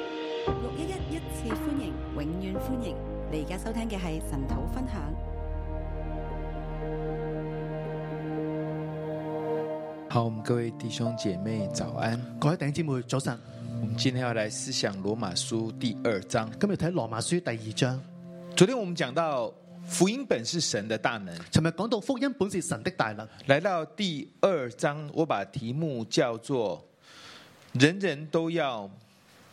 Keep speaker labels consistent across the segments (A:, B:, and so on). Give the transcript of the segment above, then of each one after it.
A: 六一一一次歡迎，永遠歡迎！你而家收聽嘅係神土分享。
B: 好，我们各位弟兄姐妹早安。
C: 各位弟兄姊妹早晨，
B: 我们今天要来思想罗马书第二章。
C: 今日睇羅馬書第二章。
B: 昨天我们讲到福音本是神的大能，
C: 尋日講到福音本是神的大能，
B: 来到第二章，我把题目叫做“人人都要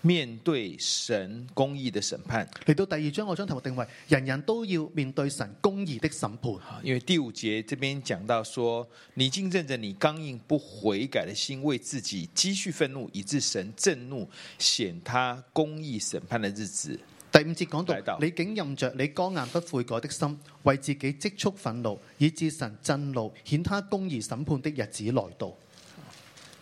B: 面对神公义的審判
C: 嚟到第二章我將題目定為人人都要面對神公義的審判。”，
B: 因为第五节这边讲到说：“你竟任着你刚硬不悔改的心，为自己积蓄愤怒，以致神震怒，显他公义審判的日子。”
C: 第五節講
B: 嚟到
C: 到你竟任着你剛硬不悔改的心，為自己積蓄憤怒，以致神震怒，顯他公義審判的日子來到。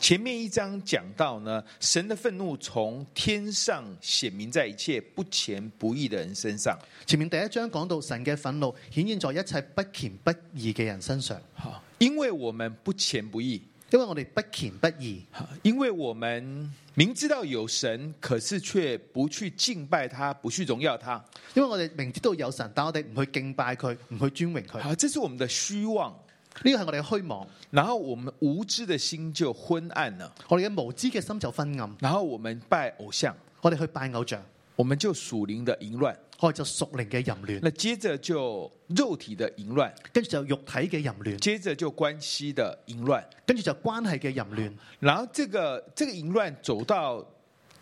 B: 前面一章讲到呢，神的愤怒从天上显明在一切不虔不义的人身上。
C: 前面第一章講到神嘅憤怒顯現在一切不虔不義嘅人身上，
B: 好，因为我们不虔不义，
C: 因為我哋不虔不義，
B: 好因为我们明知道有神，可是却不去敬拜他，不去荣耀他。
C: 因為我哋明知道有神，但我哋唔去敬拜佢，唔去尊榮佢，呢
B: 好，这是我们的虚妄，
C: 個係我哋嘅虛妄。
B: 然后我们无知的心就昏暗了，
C: 我哋嘅無知嘅心就昏暗，
B: 然后我们拜偶像，
C: 我哋去拜偶像，
B: 我们就属灵的淫乱，
C: 我哋就屬靈嘅淫亂，
B: 那接着就肉体的淫乱，
C: 跟住就肉體嘅淫亂，
B: 接着就关系的淫乱。
C: 跟住就關係嘅淫亂。
B: 然后这个这个淫乱走到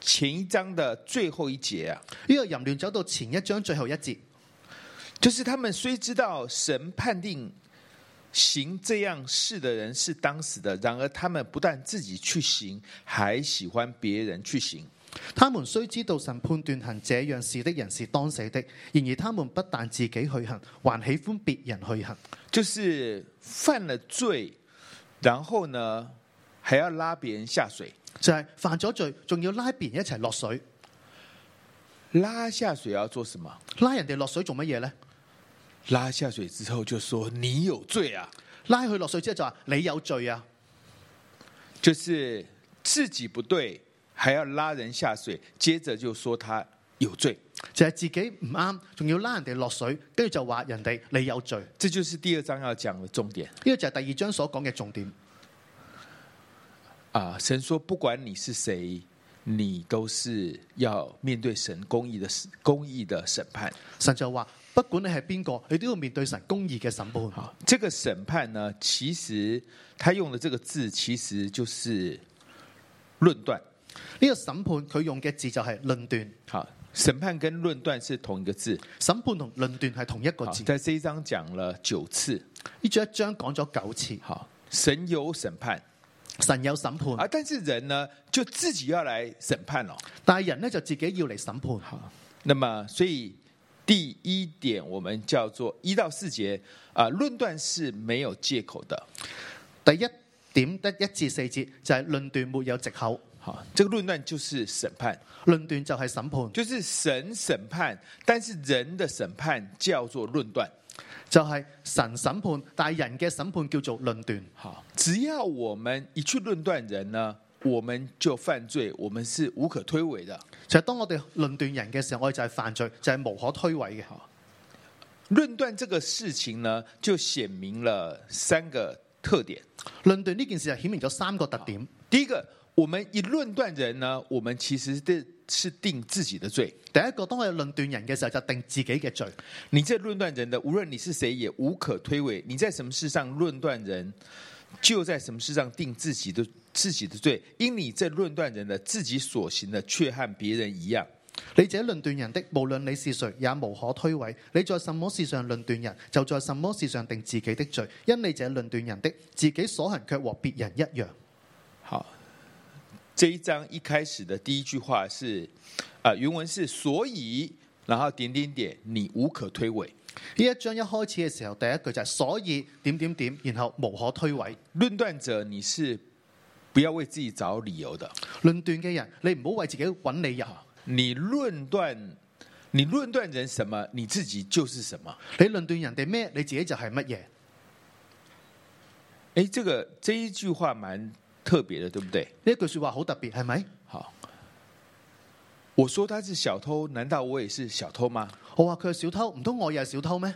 B: 前一章的最后一节啊，
C: 呢、個淫亂走到前一章最後一節，
B: 就是他们虽知道神判定行这样事的人是当死的，然而他们不但自己去行，还喜欢别人去行。
C: 他們雖知道神判斷行這樣事的人是當死的，然而他們不但自己去行，還喜歡別人去行，
B: 就是犯了罪，然后呢还要拉别人下水，
C: 就係、犯咗罪，仲要拉別人一齊落水，
B: 拉下水要做什么？
C: 拉人哋落水做乜嘢呢？
B: 拉下水之后就说你有罪啊，
C: 拉佢落水之後就話你有罪啊！
B: 就是自己不对，还要拉人下水，接着就说他有罪，
C: 就係自己唔啱，仲要拉人哋落水，跟住就話人哋你有罪。呢、
B: 这就是第二章要讲的重点
C: 個就係第二章所講嘅重點。
B: 啊！神说，不管你是谁，你都是要面对神公义的公义的审判。
C: 神就話：不管你係邊個，你都要面對神公義嘅審判。
B: 好，这个审判呢，其实他用的这个字，其实就是论断。
C: 呢、個審判佢用嘅字就係論斷，
B: 好，审判跟论断是同一个字。
C: 審判同論斷係同一個
B: 好
C: 字。
B: 在这一章讲了九次。
C: 呢章一章講咗九次，
B: 好，神有审判。
C: 神有審判，
B: 啊，但是人呢，就自己要来审判了。
C: 但係人呢就自己要嚟審判。
B: 好，那么所以第一点，我们叫做一到四节啊，论断是没有借口的。
C: 第一點得一至四節就係論斷沒有藉口，
B: 好，这个论断就是审判，
C: 論斷就係審判，
B: 就是神审判，但是人的审判叫做论断。
C: 就係神審判，但係人嘅審判叫做論斷。
B: 好，只要我们一去论断人呢，我们就犯罪，我们是无可推诿的。
C: 就係當我哋論斷人嘅時候，我哋就係犯罪，就係、無可推諉嘅。
B: 论断这个事情呢，就显明了三个特点。
C: 論斷呢件事就顯明咗三個特點。
B: 第一个，我们一论断人呢，我们其实是是定自己的罪。
C: 第一個，當我哋論斷人嘅時候，就定自己嘅罪。
B: 你这论断人的，无论你是谁，也无可推诿。你在什么事上论断人，就在什么事上定自己的自己的罪。因你这论断人的自己所行的，却和别人一样。
C: 你這論斷人的，無論你是誰，也無可推諉。你在什麼事上論斷人，就在什麼事上定自己的罪。因你這論斷人的，自己所行卻和別人一樣。
B: 好，这一章一开始的第一句话是，啊、原文是所以，然后点点点，你无可推诿。
C: 呢一章一開始嘅時候，第一句就係所以點點點，然後無可推諉。
B: 论断者，你是不要为自己找理由的。
C: 論斷嘅人，你唔好為自己揾理由。
B: 啊你论断，你论断人什么，你自己就是什么。
C: 你論斷人哋咩，你自己就係乜嘢。
B: 哎，这个这一句话蛮特别的，对不对？
C: 呢一句说話好特別，係咪？
B: 好，我说他是小偷，难道我也是小偷吗？
C: 我話佢係小偷，唔通我又係小偷咩？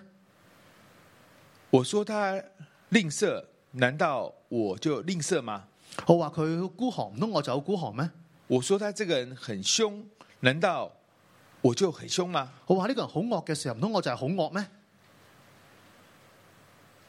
B: 我说他吝啬，难道我就吝啬吗？
C: 我話佢孤寒，唔通我就有孤寒咩？
B: 我说他这个人很凶，难道我就很凶吗？
C: 我話呢個人好惡嘅時候，唔通我就係好惡咩？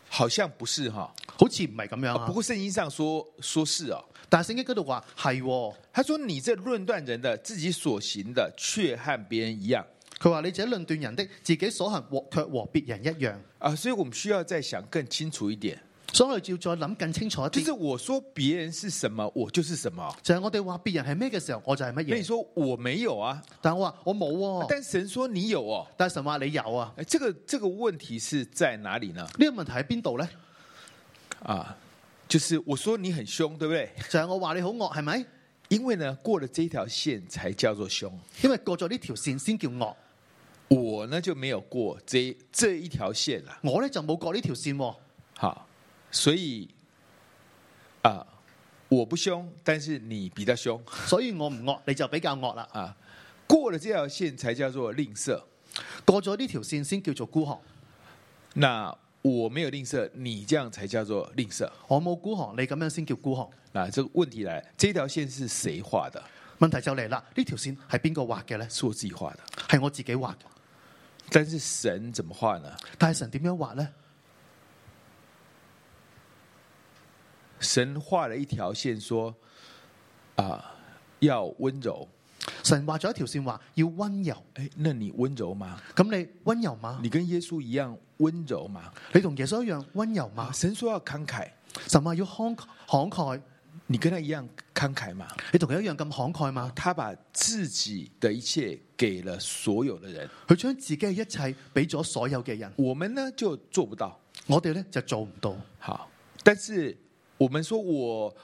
B: 好像不是哈、
C: 好似唔係咁樣
B: 啊不
C: 啊。
B: 过圣经上说说是哦，
C: 但係聖經嗰度話係喎，
B: 他说你这论断人的自己所行的，却和别人一样
C: 佢話你這論斷人的，自己所行和卻和別人一樣。
B: 啊，所以我们需要再想更清楚一点，
C: 所以我哋要再諗更清楚一
B: 就
C: 啲
B: 是，我说別人是什么，我就是什么。
C: 就係我哋話別人係咩嘅時候，我就係乜
B: 那你
C: 嘢。
B: 说我没有啊，
C: 但我話我冇喎，
B: 但神说你有哦，
C: 但係神話你有啊。
B: 哎这个这个問題是在哪裡呢？
C: 呢、個問題喺邊度呢？
B: 啊，就是我說你很凶，對不對？
C: 就係我話你好惡係咪？
B: 因為呢，過了這條線才叫做凶，
C: 因為過咗呢條線先叫惡，
B: 我呢就沒有過這這一條線了。
C: 我呢就冇過呢條線喎。
B: 好，所以啊，我不凶，但是你比較凶
C: 所以我唔惡，你就比較惡啦。
B: 啊。過了這條線才叫做吝啬，
C: 過咗呢條線先叫做孤寒。
B: 那我沒有吝啬，你這樣才叫做吝啬。
C: 我冇孤寒，你咁樣先叫孤寒。
B: 啊，這個問題來了，這條線是誰畫的？
C: 問題就嚟啦，呢條線係邊個畫嘅呢？
B: 是我自己畫的。
C: 係我自己畫嘅，
B: 但是神怎麼畫呢？
C: 但係神點樣畫呢？
B: 神畫了一條線說，啊，要溫柔。
C: 神畫咗一條線話要温柔，
B: 哎，那你溫柔嗎？
C: 咁你温柔嘛？
B: 你跟耶穌一樣溫柔嗎？
C: 你同耶穌一樣温柔嘛
B: 啊，？神說要慷慨，
C: 神話要慷慷慨，
B: 你跟他一樣慷慨嘛？
C: 你同佢一樣咁慷慨嘛？
B: 他把自己的一切給了所有的人，
C: 佢將自己嘅一切俾咗所有嘅人，
B: 我們呢就做不到。
C: 我哋呢就做唔到。
B: 好，但是我們說我，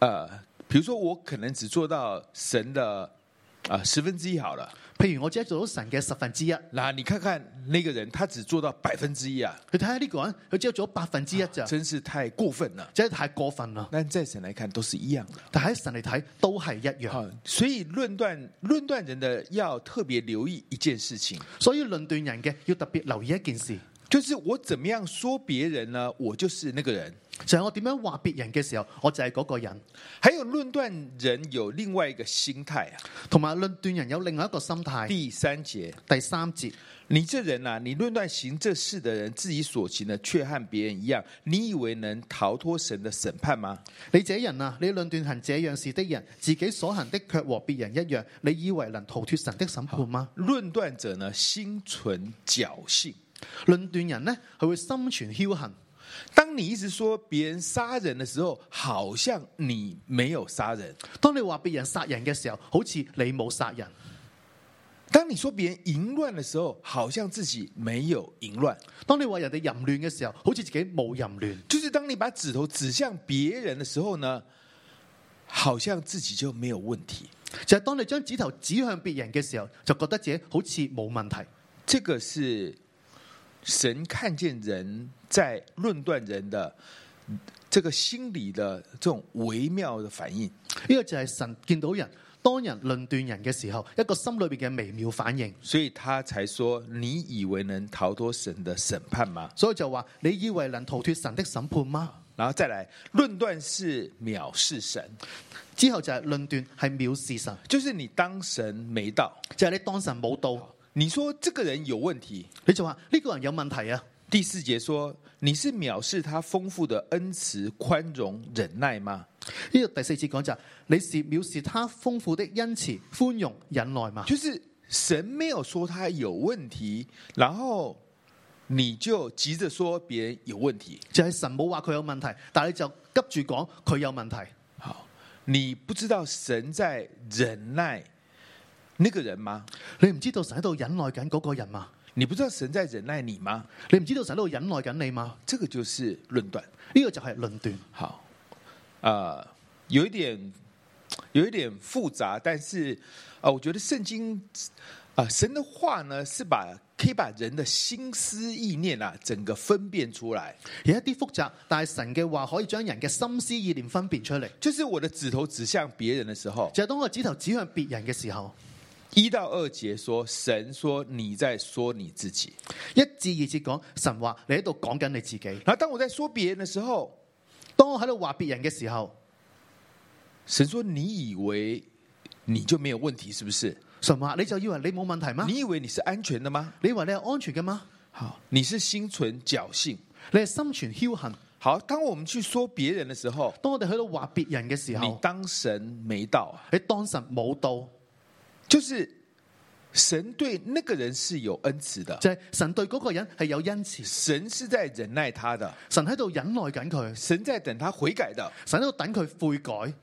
B: 呃，比如說我可能只做到神的啊、呃、十分之一好了。
C: 譬如我只係做到神嘅十分之一，你
B: 那你看看那個人，他只做到百分之一啊，
C: 睇下呢個人，佢只係做到百分之一咋，
B: 真是太過分了。
C: 真係太過分啦！
B: 但在神來看都是一樣的。
C: 但喺神嚟睇都係一樣，
B: 好，所以論斷論斷人的要特別留意一件事情，
C: 所以論斷人嘅要特別留意一件事，
B: 就是我怎麼樣說別人呢？我就是那個人。
C: 就係我點樣話別人嘅時候，我就係嗰個人。
B: 還有論斷人有另外一個心態啊，
C: 同埋論斷人有另外一個心態。
B: 第三節，
C: 第三節，
B: 你這人啊，你論斷行這事的人，自己所行的卻和別人一樣，你以為能逃脫神的審判嗎？
C: 你這人啊，你論斷行這樣事的人，自己所行的卻和別人一樣，你以為能逃脱神的審判嗎？
B: 論斷者呢，心存僥倖。
C: 論斷人呢，佢會心存僥倖。
B: 當你一直說別人殺人的時候，好像你沒有殺人；
C: 當你話別人殺人嘅時候，好似你冇殺人；
B: 當你說別人淫亂的時候，好像自己沒有淫亂。
C: 當你話人哋淫亂嘅時候，好似自己冇淫亂。
B: 就是當你把指頭指向別人的時候呢，好像自己就沒有問題。
C: 就係、當你將指頭指向別人嘅時候，就覺得自己好似冇問題。
B: 這個是神看見人在論斷人的這個心理的這種微妙的反應。
C: 呢個就係神見到人，當人論斷人嘅時候，一個心裏邊嘅微妙反應。
B: 所以他才說：“你以為能逃脫神的審判嗎？”
C: 所以就話：你以為能逃脱神的審判嗎？
B: 然後再來，論斷是藐視神，
C: 之後就係論斷係藐視神，
B: 就是你當神沒到，
C: 就係、你當神冇到，
B: 你說這個人有問題。
C: 你就話呢、個人有問題啊！
B: 第四節說，你是藐視他豐富的恩慈、寬容、忍耐嗎？
C: 呢度第四節講就係、你是藐視他豐富的恩慈、寬容、忍耐嘛？
B: 就是神沒有說他有問題，然後你就急着說別人有問題。
C: 就係、神冇話佢有問題，但係你就急住講佢有問題。
B: 好，你不知道神在忍耐那個人嗎？
C: 你唔知道神喺度忍耐緊嗰個人嘛？
B: 你不知道神在忍耐你嗎？
C: 你唔知道神喺度忍耐緊你嘛？
B: 這個就是論斷。
C: 呢、個就係論斷，
B: 好，呃，有一點，有一點複雜，但是啊、呃我覺得聖經啊、呃神的話呢，是把可以把人的心思意念啊，整個分辨出來。
C: 有一啲複雜，但係神嘅話可以將人嘅心思意念分辨出嚟。
B: 就是我的指頭指向別人的時候，
C: 就係、當我指頭指向別人嘅時候，
B: 一到二节说，神说你在说你自己。
C: 一至二節講神話，你喺度講緊你自己。
B: 然后当我在说别人的時候，
C: 當我喺度話別人嘅時候，
B: 神說：“你以為你就沒有問題，是不是？
C: 神話你就以為你冇問題嗎？
B: 你以為你是安全的嗎？
C: 你以為你係安全嘅嗎？
B: 好，你是心存侥幸。
C: 你係心存僥倖。
B: 好，當我們去說別人的時候，
C: 當我哋喺度話別人嘅時
B: 你
C: 候，
B: 當神沒到啊，
C: 你當神冇到，
B: 就是神對那個人是有恩慈的，
C: 就係神對嗰個人係有恩慈，
B: 神是在忍耐他的，
C: 神喺度忍耐緊佢，
B: 神在等他悔改的。
C: 神喺度等佢悔改。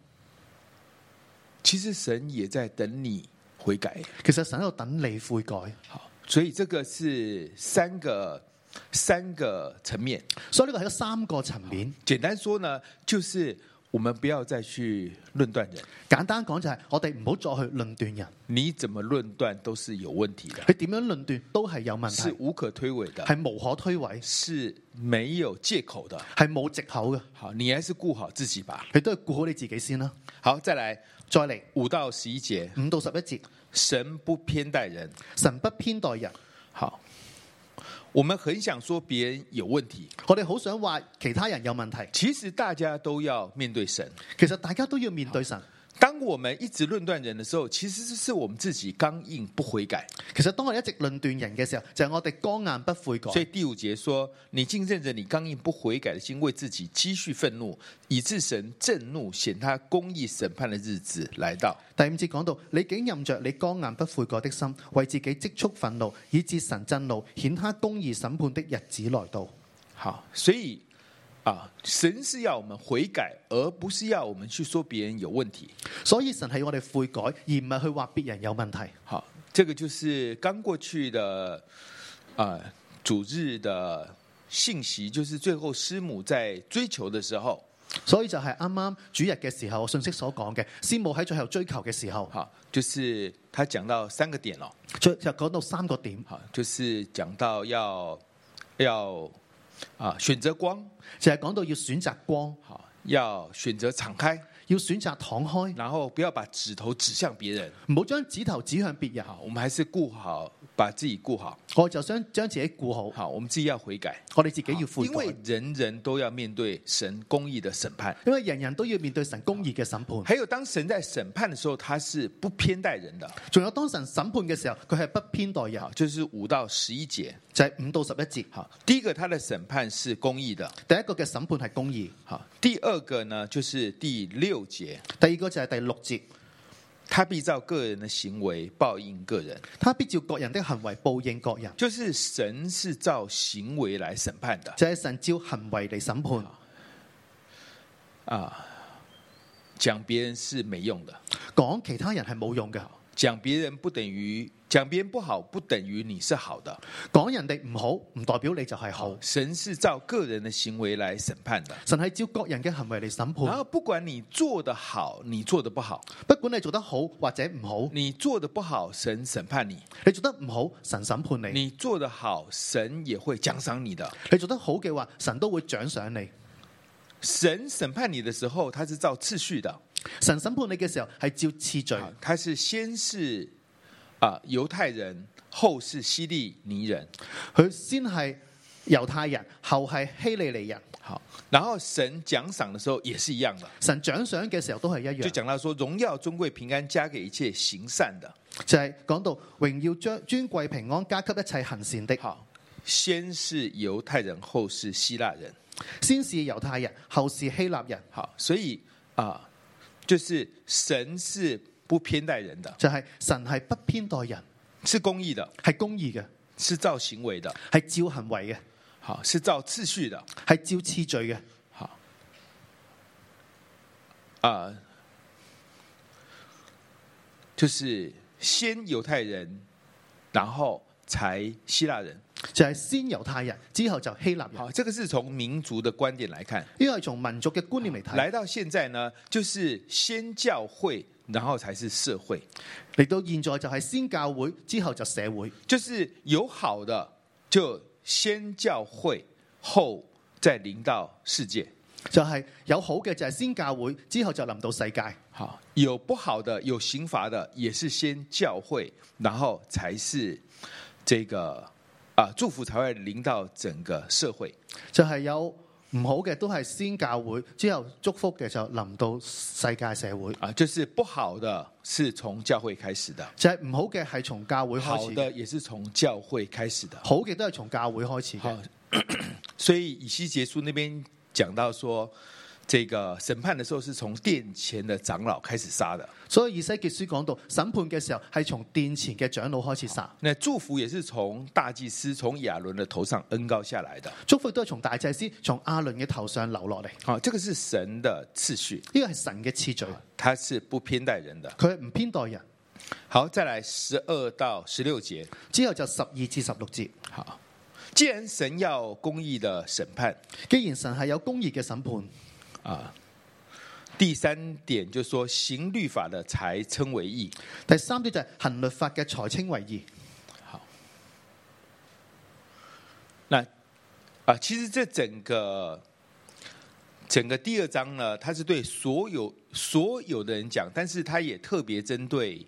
B: 其實神也在等你悔改。
C: 其實神喺度等你悔改。
B: 好，所以這個是三個三個層面。
C: 所以呢個係三個層面。
B: 簡單說呢，就是我們不要再去論斷人，
C: 簡單講就係我哋唔好再去論斷人，
B: 你怎麼論斷都是有問題的，
C: 佢點樣論斷都係有問
B: 是
C: 題，
B: 無可推諉的，
C: 係無可推諉，
B: 是沒有借口的。
C: 係冇藉口嘅。
B: 好，你還是顧好自己吧。
C: 你都係顧好你自己先啦。
B: 好，再來
C: 再嚟
B: 五到十一節，
C: 五到十一節，
B: 神不偏待人。
C: 神不偏待人。
B: 好，我們很想說別人有問題，
C: 我哋好想話其他人有問題，
B: 其實大家都要面對神。
C: 其實大家都要面對神。
B: 當我們一直論斷人的時候，其實是我們自己剛硬不悔改。
C: 其實當我哋一直論斷人嘅時候，就係我哋剛硬不悔改。
B: 所以第五节说：“你竟任着你刚硬不悔改的心，为自己积蓄愤怒，以致神震怒，显他公义审判的日子来到。
C: 第五節講到，你竟任着你剛硬不悔改的心，為自己積蓄憤怒，以致神震怒，顯他公義審判的日子來到。”
B: 好，所以啊，神是要我们悔改，而不是要我们去说别人有问题。
C: 所以神係要我哋悔改，而唔係去話別人有問題。
B: 好，这个就是刚过去的啊主日的信息，就是最后师母在追求的时候，
C: 所以就係啱啱主日嘅時候，信息所講嘅，師母喺最後追求嘅時候，
B: 好，就是他讲到三个点哦。
C: 最就講到三個點，
B: 好，就是讲到要要啊选择光，
C: 就係、講到要選擇光，
B: 好要选择敞开，
C: 要選擇敞開，
B: 然后不要把指头指向别人。
C: 唔好將指頭指向別人。
B: 好，我们还是顾好把自己顾好。
C: 我就想將自己顧好，
B: 好，我们自己要悔改，
C: 我哋自己要悔
B: 因为
C: 改，
B: 人人都要面对神公义的审判。
C: 因為人人都要面對神公義嘅審判。
B: 还有，当神在审判的时候，他是不偏待人的。
C: 仲有當神審判嘅時候，佢係不偏待人
B: 好，，就是五到十一节。
C: 就係五到十一節。
B: 好，第一个，他的审判是公义的。
C: 第一個嘅審判係公義，
B: 好，第二个呢，就是第六节，
C: 第二個就係第六節，
B: 他必照个人的行为报应个人。
C: 他必照各人的行為報應各人，
B: 就是神是照行为来审判的
C: 就係神照行為嚟審判。
B: 啊，讲别人是没用的，
C: 講其他人係冇用嘅，
B: 讲别人不等于讲别人不好，不等于你是好的。
C: 講人哋唔好唔代表你就係好。
B: 神是照个人的行为来审判的，
C: 神係照各人嘅行為嚟審
B: 然
C: 判，
B: 后不管你做的好，你做的不好，
C: 不管你做得好或者唔好，
B: 你做的不好，神审判你；
C: 你做得唔好，神審判你；
B: 你做的好，神也会奖赏你的。
C: 你做得好嘅話，神都會獎賞你。
B: 神审判你的时候，他是照次序的，
C: 神審判你嘅時候係照次
B: 啊
C: 序，
B: 他是先是啊犹太人，后是希利尼人。
C: 佢先係猶太人，後係希利尼人。
B: 好，然后神奖赏的时候也是一样的，
C: 神獎賞嘅時候都係一
B: 就
C: 樣，
B: 讲到说荣耀、尊贵、平安加给一切行善的。
C: 就係講到榮耀將尊貴平安加給一切行善的，
B: 好，先是犹太人，后是希腊人。
C: 先是猶太人，後是希臘人。
B: 好，所以啊，就是神是不偏待人的，
C: 就係神係不偏待人，
B: 是公义的，
C: 係公義嘅，
B: 是照行为的，
C: 係照行為嘅。
B: 好，是照次序的。
C: 係照次序嘅，
B: 好，啊，就是先犹太人，然后才希腊人。
C: 就係先猶太人，之後就希臘人。
B: 好，这个是從民族的觀點來看，
C: 呢個係從民族嘅觀念嚟睇，
B: 來到現在呢，就是先教會，然後才是社會，
C: 嚟到現在就係先教會，之後就社會，
B: 就是有好的就先教會，後再臨到世界。
C: 就係有好嘅就係先教會，之後就臨到世界。
B: 好，有不好的，有刑罚的，也是先教会，然后才是这个啊祝福才会临到整个社会。
C: 就係有唔好嘅都係先教會，之後祝福嘅就臨到世界社會。
B: 啊，就是不好的是從教會開始的，
C: 就係唔好嘅係從教會開
B: 好
C: 始嘅，
B: 的也是從教會開始的。
C: 好嘅都係從教會開始嘅。
B: 好， 所以以西結書那邊講到說，這個審判的時候是從殿前的長老開始殺的，
C: 所以以西結書講到審判嘅時候係從殿前嘅長老開始殺，
B: 那祝福也是從大祭司從亞倫的頭上恩膏下來的。
C: 祝福都係從大祭司從亞倫嘅頭上流落嚟。
B: 好，這個是神的次序，
C: 呢個係神嘅次序，
B: 它是不偏待人的。
C: 佢係唔偏待人。
B: 好，再來十二到十六節。
C: 之後就十二至十六節。
B: 好，既然神要公義的審判，
C: 既然神係有公義嘅審判，
B: 啊。第三点就是说，行律法的才称为义。
C: 第三點就係行律法嘅才稱為義。
B: 那啊，其实这整个整个第二章呢，它是对所有所有的人讲，但是它也特别针对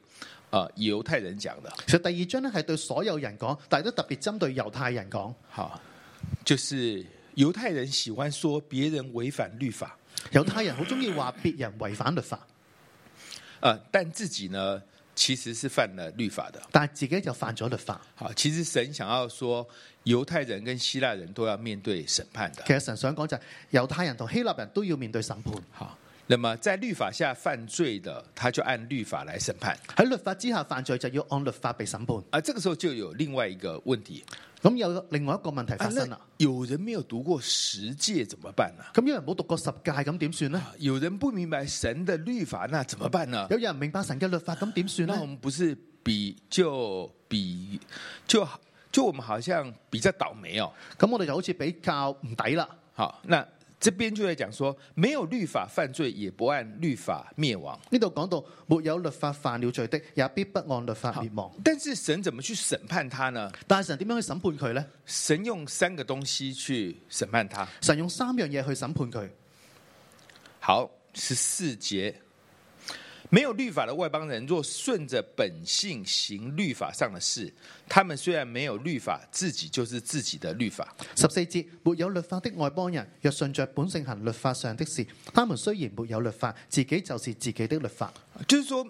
B: 呃犹太人讲的。
C: 其實第二章咧係對所有人講，但係都特別針對猶太人講。
B: 好，就是犹太人喜欢说别人违反律法，
C: 猶太人好中意話別人違反律法，
B: 呃，但自己呢其实是犯了律法的。
C: 但係自己就犯咗律法。
B: 好，其实神想要说，犹太人跟希腊人都要面对审判的。
C: 其實神想講就係猶太人同希臘人都要面對審判。
B: 好，那么在律法下犯罪的，他就按律法来审判。
C: 喺律法之下犯罪就要按律法被審判。
B: 啊，这个时候就有另外一个问题
C: 咁有另外一個問題
B: 啊
C: 發，生
B: 那
C: 啦。
B: 有人没有读过十诫怎么办呢、
C: 咁有人冇讀過十戒，咁點算呢？
B: 啊有人不明白神的律法，那怎么办呢？
C: 有人唔明白神嘅律法，咁點算
B: 那我
C: 呢？
B: 们不是比就比就就我们好像比较倒霉哦。
C: 咁我哋就好似比較唔抵啦。
B: 好，那这边就在讲说，没有律法犯罪，也不按律法灭亡。
C: 呢度講到沒有律法犯了罪的，也必不按律法滅亡。
B: 但是神怎么去审判他呢？
C: 但係神點樣去審判佢呢？
B: 神用三个东西去审判他。
C: 神用三樣嘢去審判佢。
B: 好，十四节，没有律法的外邦人，若顺着本性行律法上的事，他们虽然没有律法，自己就是自己的律法。
C: 十四節，沒有律法的外邦人，若順着本性行律法上的事，他們雖然沒有律法，自己就是自己的律法。
B: 就是说，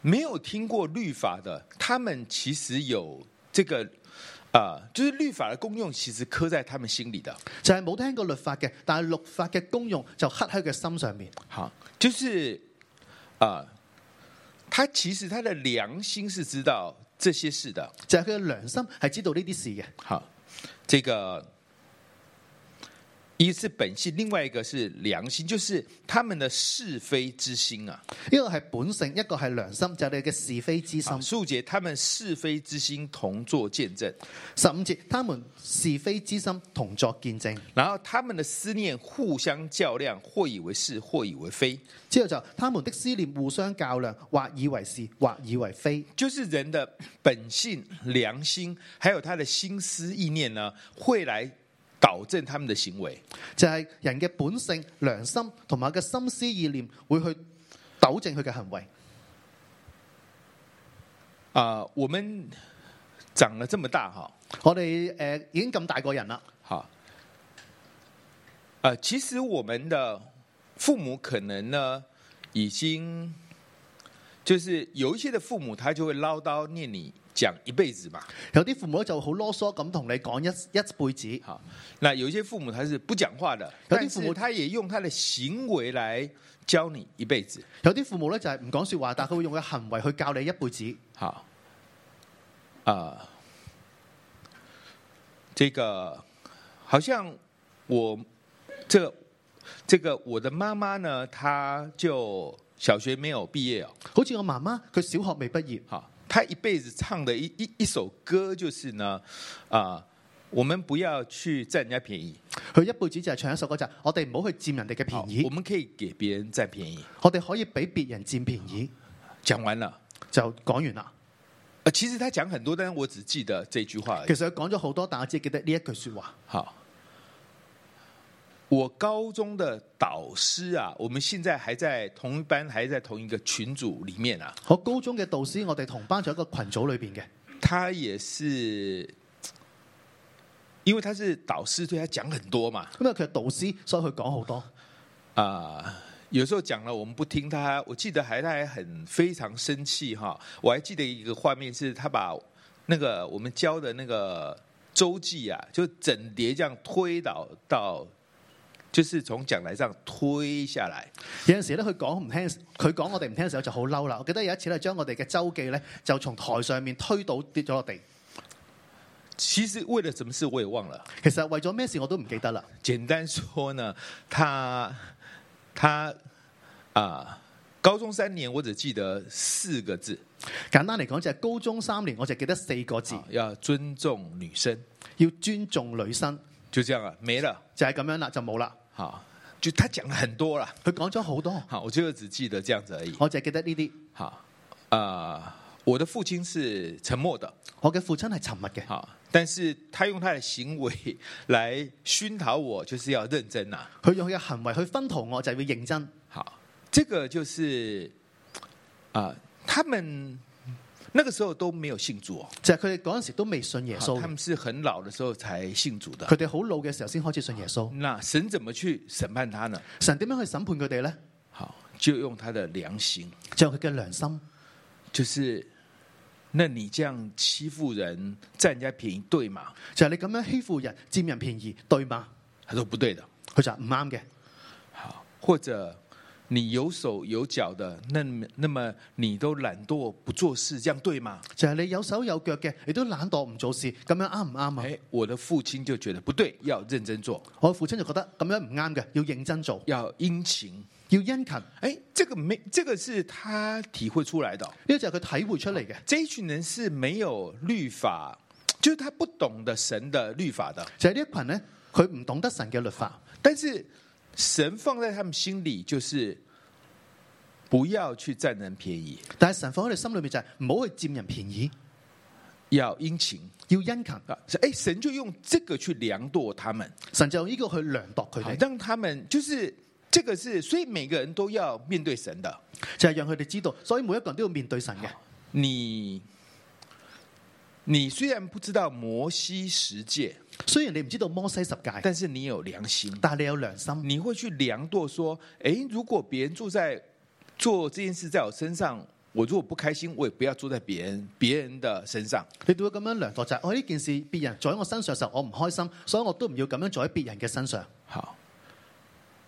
B: 没有听过律法的，他们其实有这个啊、就是律法的功用，其实刻在他们心里的。
C: 就係冇聽過律法嘅，但係律法嘅功用就刻喺佢心上面。
B: 好，就是啊、他其实他的良心是知道这些事的。
C: 就係佢嘅良心係知道呢啲事嘅。
B: 好，这个一是本性，另外一个是良心，就是他们的是非之心啊。
C: 一個係本性，一個係良心，就係、你嘅是非之心
B: 好。十五节，他们是非之心同作见证，
C: 十五節，他們是非之心同作見證。
B: 然后他们的思念互相较量，或以为是，或以为非，
C: 之後就他們的思念互相較量，或以為是，或以為非。
B: 就是人的本性、良心，还有他的心思意念呢，会来导正他们的行为。
C: 就係、人嘅本性、良心同埋佢嘅心思意念會去糾正佢嘅行為。
B: 啊、我们长了这么大哈，
C: 我哋誒、呃已經咁大個人啦，
B: 好，呃，其实我们的父母可能呢，已经就是有一些的父母，他就会唠叨念你讲一辈子嘛。
C: 有啲父母就好囉嗦咁同你講一一輩子。
B: 好，那有一些父母他是不讲话的，
C: 有啲
B: 但
C: 父
B: 是
C: 母
B: 他也用他的行为来教你一辈子。
C: 有啲父母咧就係唔講説話，但佢會用佢行為去教你一輩子。
B: 好，啊、这个好像我这个这个我的妈妈呢，她就小学没有毕业哦，
C: 好似我媽媽，佢小學未畢業，
B: 好，她一辈子唱的一一一首歌就是呢，啊、我们不要去占人家便宜，
C: 佢一輩子就係唱一首歌就係我哋唔好去佔人哋嘅
B: 好
C: 便宜
B: 我，们可以給別人占便宜。
C: 我哋可以俾別人佔便宜。
B: 讲完了，
C: 就講完啦。
B: 呃，其实他讲很多，但是我只記
C: 哎
B: 得这句话而已
C: 其。實佢講咗好多，但我只記得呢一句説話。
B: 好，我高中的导师啊，我们现在还在同一班，还在同一个群组里面啊。
C: 我高中嘅導師，我哋同班就一個群組裏边嘅，
B: 他也是，因为他是导师，对他講很多嘛，
C: 咁啊佢係導師，所以佢講好多。
B: 啊、有时候講了我们不听他，我记得还他还很非常生气哈，我还记得一个画面是他把那个我们教的那个周记啊，就整叠这样推倒到，就是从讲台上推下来，
C: 有阵时咧，佢講唔聽，佢講我哋唔聽嘅時候就好嬲啦。我記得有一次咧，將我哋嘅周記咧就從台上面推倒跌咗落地。
B: 其实为了什么事我也忘了。
C: 其實為咗咩事我都唔記得啦。
B: 简单说呢，他他啊，高中三年我只记得四个字，
C: 簡單嚟講就係高中三年，我就記得四個字
B: 啊，要尊重女生，
C: 要尊重女生，
B: 就这样了，没了。
C: 就係咁樣啦，就冇啦。
B: 好，就他讲了很多了，
C: 佢講咗好多，
B: 好，我就只记得这样子而已。
C: 我就係記得呢啲。
B: 好啊、我的父亲是沉默的，
C: 我嘅父親係沉默嘅，
B: 好，但是他用他的行为来熏陶我，就是要认真啊呐、
C: 佢用佢嘅行為去分途我，就係要認真。
B: 好，这个就是啊、他们那个时候都没有信主哦。
C: 就係佢哋嗰陣時都未信耶
B: 好
C: 穌
B: 他们
C: 嘅，
B: 是很老的时候才信主的
C: 佢。哋好老嘅時候先開始信耶穌。
B: 那神怎么去审判他呢？
C: 神點樣去審判佢哋呢？
B: 好，就用他的良心，
C: 就係佢嘅良心。
B: 就是，那你这样欺负人、占人家便宜，对吗？
C: 就係你咁樣欺負人、佔人便宜，對嘛？
B: 他说不对的。
C: 佢就話唔啱嘅。
B: 好，或者你有手有脚的，那那么你都懒惰不做事，这样对吗？
C: 就係你有手有腳嘅，你都懶惰唔做事，咁樣啱唔啱啊？
B: 哎，我的父亲就觉得不对，要认真做，
C: 我父親就覺得咁樣唔啱嘅，要認真做，
B: 要殷勤。
C: 要殷勤。呢、
B: 哎，这个没，这个是他体会出来的哦、
C: 個就係佢體會出嚟嘅，
B: 这一群人是没有律法，就是他不懂得神的律法的，
C: 就係呢一群呢，佢唔懂得神嘅律法，
B: 但是神放在他们心里就是不要去占人便宜，
C: 但係神放喺你心裏面就係唔好去佔人便宜，
B: 要殷勤
C: 要殷勤。
B: 啊！是哎，神就用这个去量度他们，
C: 神就用呢個去量度佢
B: 好
C: 哋，
B: 让他们就是这个是，所以每个人都要面对神的。
C: 就係讓佢哋知道，所以每一個人都要面對神嘅。
B: 你你虽然不知道摩西十诫，
C: 雖然你唔知道摩西十戒，
B: 但是你有良心。
C: 但係你有良心，
B: 你会去量度说，诶，如果别人做在做这件事在我身上，我如果不开心，我也不要做在别人别人的身上。
C: 你都會咁樣量度就係我哦呢件事別人做喺我身上嘅時候，我唔開心，所以我都唔要咁樣做喺別人嘅身上。
B: 好，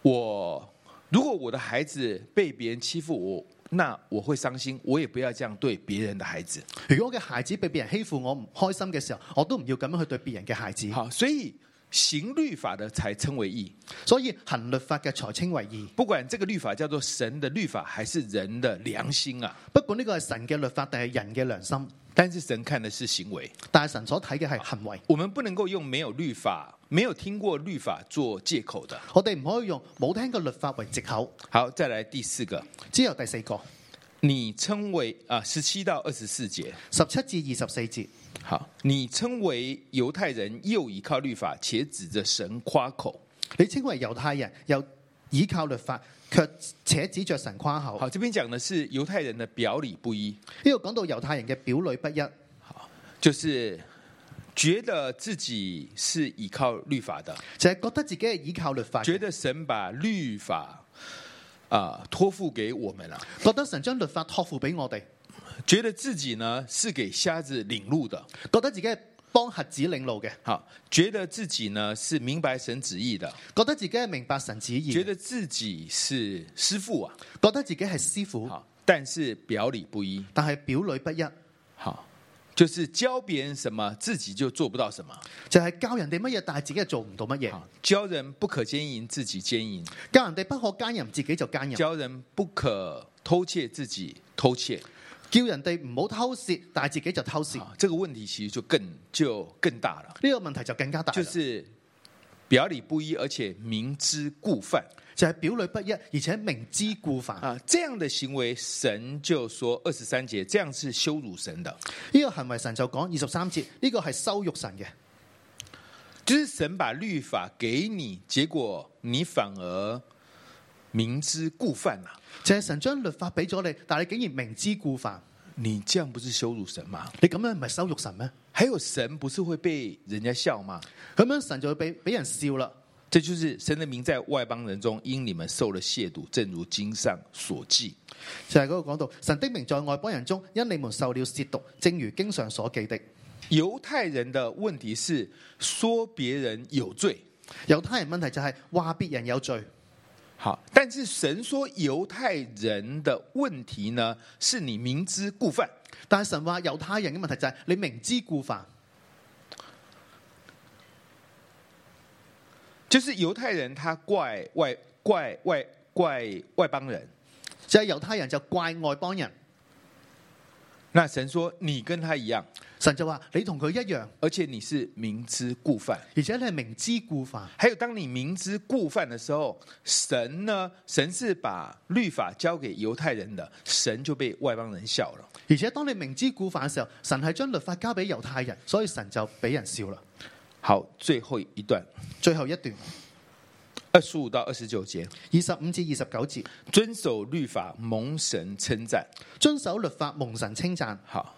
B: 我如果我的孩子被别人欺负，我那我会伤心，我也不要这样对别人的孩子。
C: 如果我嘅孩子被別人欺負，我唔開心嘅時候，我都唔要咁樣去對別人嘅孩子。
B: 好，所以行律法的才称为义，
C: 所以行律法嘅才稱為義。
B: 不管这个律法叫做神的律法还是人的良心啊，
C: 不管呢個係神嘅律法定係人嘅良心，
B: 但是神看的是行为。
C: 但係神所睇嘅係行為。
B: 我们不能够用没有律法、没有听过律法做借口的。
C: 我哋唔可以用冇聽過律法為藉口。
B: 好，再来第四个，
C: 之後第四個
B: 你称为啊十七到二十四节，
C: 十七至二十四節，
B: 好，你称为犹太人又倚靠律法，且指着神夸口。
C: 你稱為猶太人，又倚靠律法，卻且指着神夸口。
B: 好，这边讲的是犹太人的表里不一，
C: 呢度講到猶太人嘅表裏不一，
B: 就是觉得自己是倚靠律法的，
C: 就係覺得自己係倚靠律法嘅，
B: 觉得神把律法啊、托付给我们了、
C: 覺得神將律法托付俾我哋，
B: 觉得自己呢是给瞎子领路的，
C: 覺得自己係幫瞎子領路嘅。
B: 好，觉得自己呢是明白神旨意的，
C: 覺得自己係明白神旨意，
B: 觉
C: 覺得
B: 得自己是师傅啊。
C: 自己係師傅，
B: 好，但是表里不一。
C: 但係表裏不一，
B: 好，就是教别人什么，自己就做不到什么。
C: 就係教人哋乜嘢，但係自己係做唔到乜嘢。
B: 好，教人不可奸淫，自己奸淫；
C: 教人哋不可奸淫，自己就奸淫；
B: 教人不可偷窃，自己偷窃。
C: 叫人哋唔好偷竊，但係自己就偷竊。呢
B: 啊，这个问题其实就更就更大了，
C: 個問題就更加大啦，
B: 就是表里不一，而且明知故犯
C: 就係表裏不一，而且明知故犯。
B: 啊。这样的行为，神就说二十三节，这样是羞辱神的。
C: 呢個行為神就講二十三節，呢個係羞辱神嘅。
B: 就是神把律法给你，结果你反而明知故犯啊了、
C: 就係神將律法俾咗你，但係你竟然明知故犯，
B: 你这样不是羞辱神吗？
C: 你咁樣唔係羞辱神咩？
B: 还有神不是会被人家笑吗？
C: 咁樣神就會俾俾人笑啦。
B: 这就是神的名在外邦人中因你们受了亵渎，正如经上所记。
C: 就係嗰度講到神的名在外邦人中，因你們受了亵渎，正如經上所記的。
B: 犹太人的问题是说别人有罪，
C: 猶太人問題就係話別人有罪，
B: 好，但是神说犹太人的问题呢，是你明知故犯。
C: 但係神話猶太人嘅問題就係你明知故犯，
B: 就是犹太人他怪外怪外怪外邦人，
C: 就係、猶太人就怪外邦人。
B: 那神说你跟他一樣，
C: 神就話你同佢一樣，
B: 而且你是明知故犯。
C: 而且你係明知故犯。
B: 还有，当你明知故犯的时候，神呢？神是把律法交给犹太人的，神就被外邦人笑了。
C: 而且當你明知故犯嘅時候，神係將律法交俾猶太人，所以神就俾人笑啦。
B: 好，最后一段
C: 最後一段
B: 二十五到二十九节，
C: 二十五至二十九節，
B: 遵守律法蒙神称赞。
C: 遵守律法蒙神稱讚。
B: 好，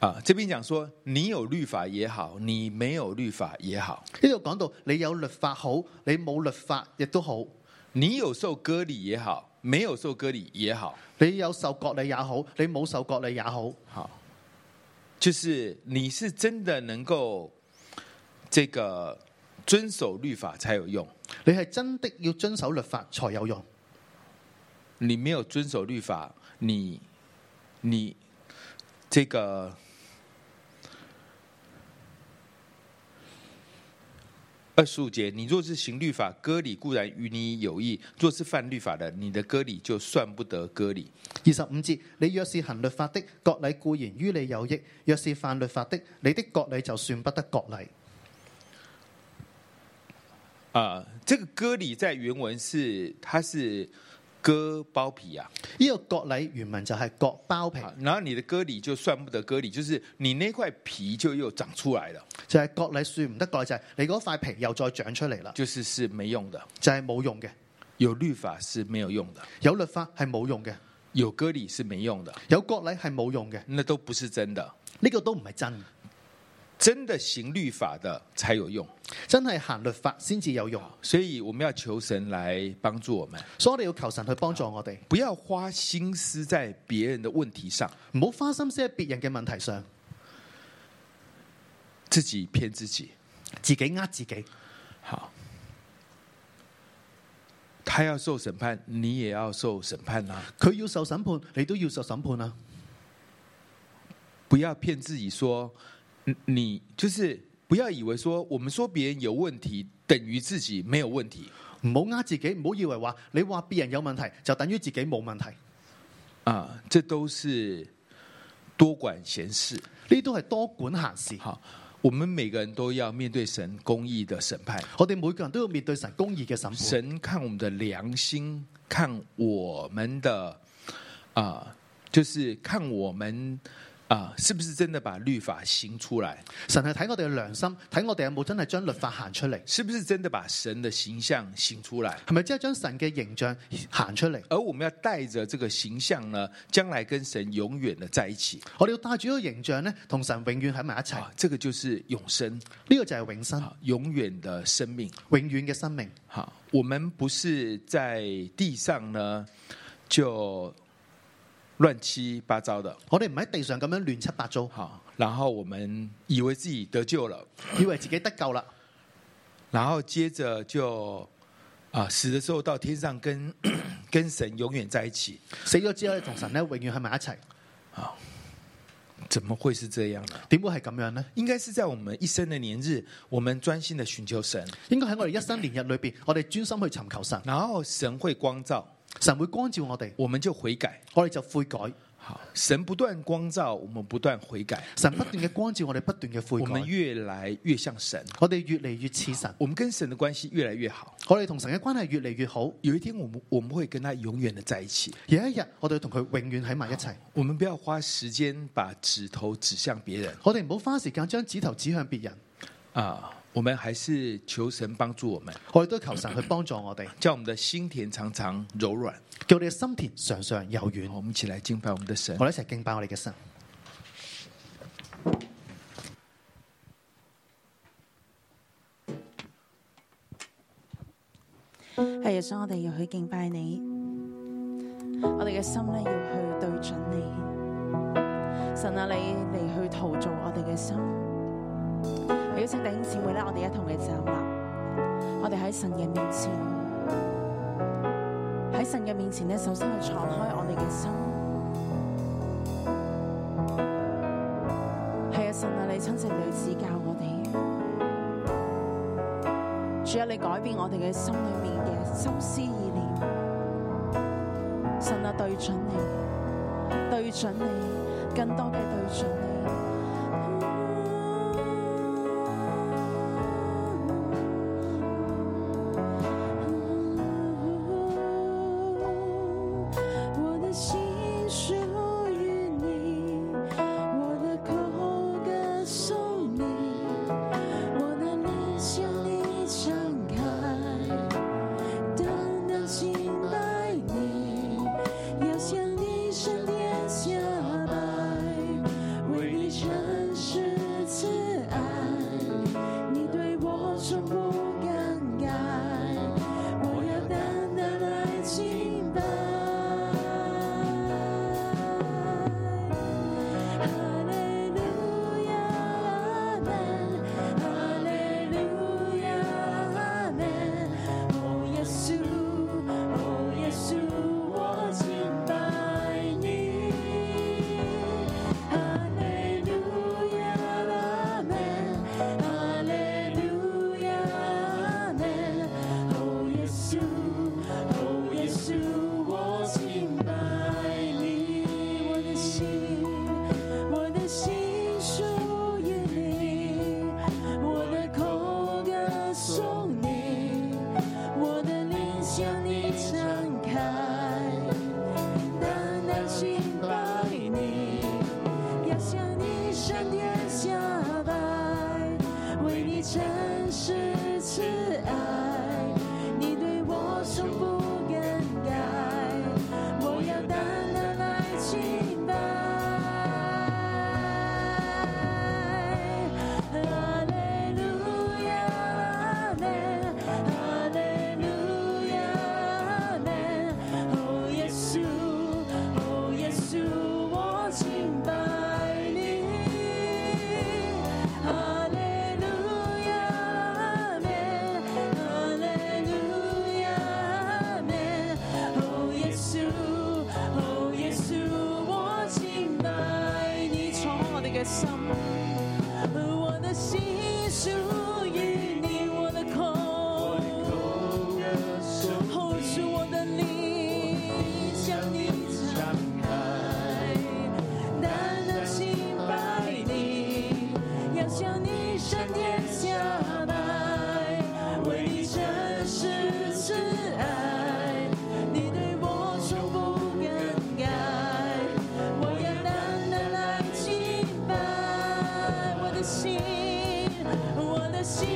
B: 啊，这边讲说，你有律法也好，你没有律法也好，
C: 呢度講到你有律法好，你冇律法亦都好，
B: 你有受割礼也好，没有受割礼也好，
C: 你有受割禮也好，你冇受割禮也好，
B: 好，就是你是真的能够这个遵守律法才有用，
C: 你係真的要遵守律法才有用。
B: 你没有遵守律法，你你这个。二十五节，你若是行律法，割礼固然与你有益；若是犯律法的，你的割礼就算不得割礼。
C: 二十五節，你若是行律法的，割禮固然於你有益；若是犯律法的，你的割禮就算不得割禮。
B: 啊、这个割礼在原文是它是割包皮啊，
C: 呢、個割禮原文就係割包皮，
B: 啊然后你的割礼就算不得割礼，就是你那块皮就又长出来了，
C: 就係割禮算唔得割禮，就係你嗰塊皮又再長出嚟啦，
B: 就是是没用的。
C: 就係冇用嘅。
B: 有律法是没有用的，
C: 有律法係冇用嘅，
B: 有割礼是没用的，
C: 有割禮係冇用嘅，
B: 那都不是真的。
C: 呢、個都唔係真，
B: 真的行律法的才有用，
C: 真係行律法先至有用。
B: 所以我们要求神来帮助我们，
C: 所以我哋要求神去幫助我哋，
B: 不要花心思在别人的问题上，
C: 唔好花心思喺別人嘅問題上，
B: 自己骗自己。
C: 自己呃自己。
B: 好，他要受审判，你也要受审判啊啦、
C: 佢要受審判，你都要受審判啊！
B: 不要骗自己说，嗯你就是不要以为说我们说别人有问题等于自己没有问题
C: 唔好呃自己，唔好以為話你話別人有問題就等於自己冇問題，
B: 啊，这都是多管闲事。
C: 呢都係多管閒事。
B: 好，我们每个人都要面对神公义的审判，
C: 我哋每個人都要面對神公義嘅審判，
B: 神看我们的良心，看我们的啊、就是看我们啊、是不是真的把律法行出来，
C: 神係睇我哋嘅良心，睇我哋有冇真係將律法行出嚟，
B: 是不是真的把神的形象行出来。
C: 係咪真係將神嘅形象行出嚟？
B: 而我们要带着这个形象呢，将来跟神永远的在一起
C: 我哋要帶住呢個形象咧，同神永遠喺埋一齊。
B: 啊，这个就是永生
C: 呢、個就係永生、
B: 啊，永远的生命。
C: 永遠嘅生命。
B: 好，我们不是在地上呢就乱七八糟的，
C: 我哋唔喺地上咁樣亂七八糟，
B: 好，然后我们以为自己得救了，
C: 以為自己得救啦，
B: 然后接着就啊死的时候到天上跟 跟神永远在一起，
C: 死咗之後咧，同神咧永遠喺埋一齊。
B: 怎么会是这样呢？
C: 點會係咁樣呢？
B: 应该是在我们一生的年日，我们专心的寻求神，
C: 應該喺我哋一生年日裏边，我哋專心去尋求神，
B: 然后神会光照，
C: 神會光照我哋，
B: 我们就悔改。
C: 我哋就悔改。
B: 好，神不断光照，我们不断悔改，
C: 神不斷嘅光照我哋，不斷嘅悔
B: 我们
C: 改，
B: 越来越像神，
C: 我哋越嚟越似神，
B: 我们跟神的关系越来越好。
C: 我哋同神嘅關係越嚟越好。
B: 有一天，我们我们会跟他永远的在一起。
C: 有一日，我哋要同佢永遠喺埋一齊。
B: 我们不要花时间把指头指向别人
C: 我哋唔好花時間將指頭指向別人，
B: 啊、啊，我们还是求神帮助我们，
C: 我哋都求神去幫助我哋，
B: 叫我们的心田常常柔软。
C: 叫我哋嘅心田常常柔軟。
B: 我们一起来敬拜我们的神
C: 我。哋一齊敬拜我哋嘅神。
D: 系啊，所以我哋要去敬拜你，我哋嘅心咧要去對準你，神啊，你嚟去陶造我哋嘅心。邀請弟兄姊妹咧，我哋一同嘅站立，我哋喺神嘅面前，喺神嘅面前咧，首先去敞開我哋嘅心。係啊，神啊，你親自嚟指教我哋。主啊，你改變我哋嘅心裏面嘅心思意念。神啊，對準你，對準你，更多嘅對準你。我的心属于你，我的口歌颂你。我的面向你敞开，单单敬拜你，要向你身边下拜，为你诚实慈爱，你对我从不更改，我要单单来敬拜。Hallelujah, Amen. Hallelujah, Amen. Oh, yes, oh, yes, 我敬拜你。Hallelujah, Amen. Hallelujah, Amen. Oh, yes, oh, yes, 我敬拜你，我的心。我的心属于你，我的口歌颂你，我的脸向你敞开，单单敬拜你，要向你闪电下拜，为你诚实慈爱，你对我从不更改，我要单单来敬拜。Hallelujah, Amen. Hallelujah, Amen. Oh, yes, oh, yes, 我敬拜你。Hallelujah, Amen. Hallelujah, Amen. Oh, yes, oh, yes, 我敬拜你，敞開我哋嘅心。我的心属于你，我的口，哦，是我的灵向你敞开，单单敬拜你，要向你闪电下拜，为你真实慈爱，你对我从不更改，我要单单来敬拜。oh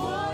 D: Oh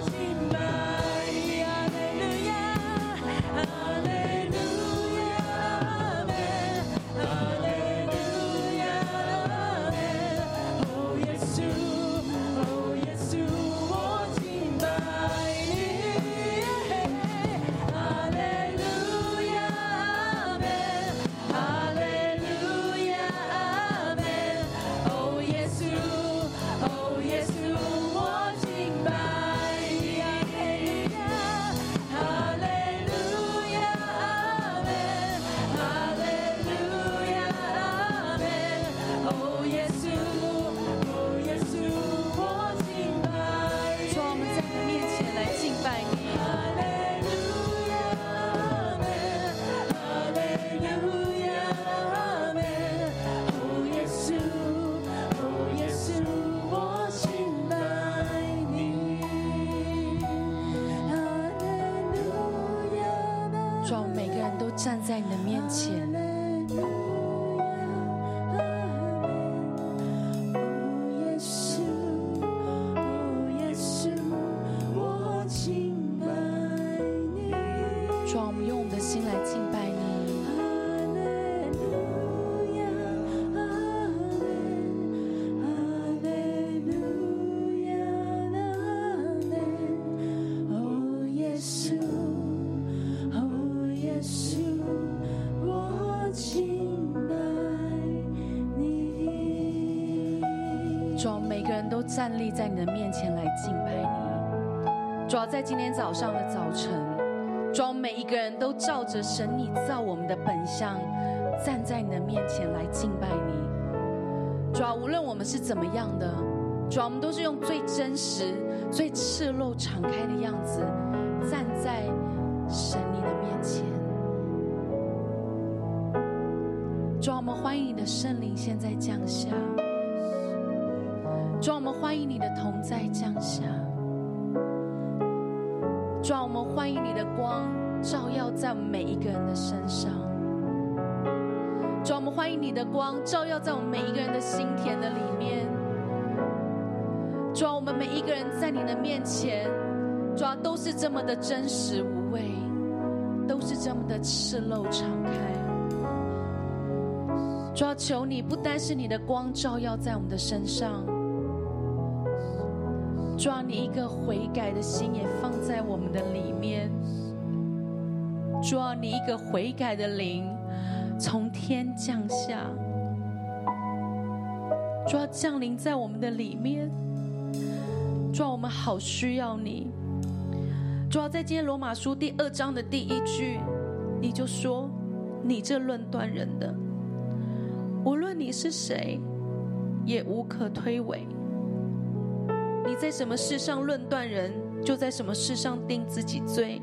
D: 主啊，我们每个人都站在你的面前。主啊，我们用我们的心来敬拜你。啊哦主啊，我们每个人都站立在你的面前来敬拜你。主啊，在今天早上的早晨，主啊，我们每一个人都照着神你造我们的本相，站在你的面前来敬拜你。主啊，无论我们是怎么样的，主啊，我们都是用最真实、最赤露、敞开的样子，站在神你的面前。主啊，我们欢迎你的圣灵现在降下。主啊，我们欢迎你的同在降下。主啊，我们欢迎你的光照耀在我们每一个人的身上。主啊，我们欢迎你的光照耀在我们每一个人的心田的里面。主啊，我们每一个人在你的面前，主啊，都是这么的真实无畏，都是这么的赤露敞开。主啊，求你不单是你的光照耀在我们的身上。主啊，你一个悔改的心也放在我们的里面。主啊，你一个悔改的灵从天降下，主啊，降临在我们的里面。主啊，我们好需要你。主啊，在今天罗马书第二章的第一句，你就说：“你这论断人的，无论你是谁，也无可推诿。”你在什么事上论断人，就在什么事上定自己罪。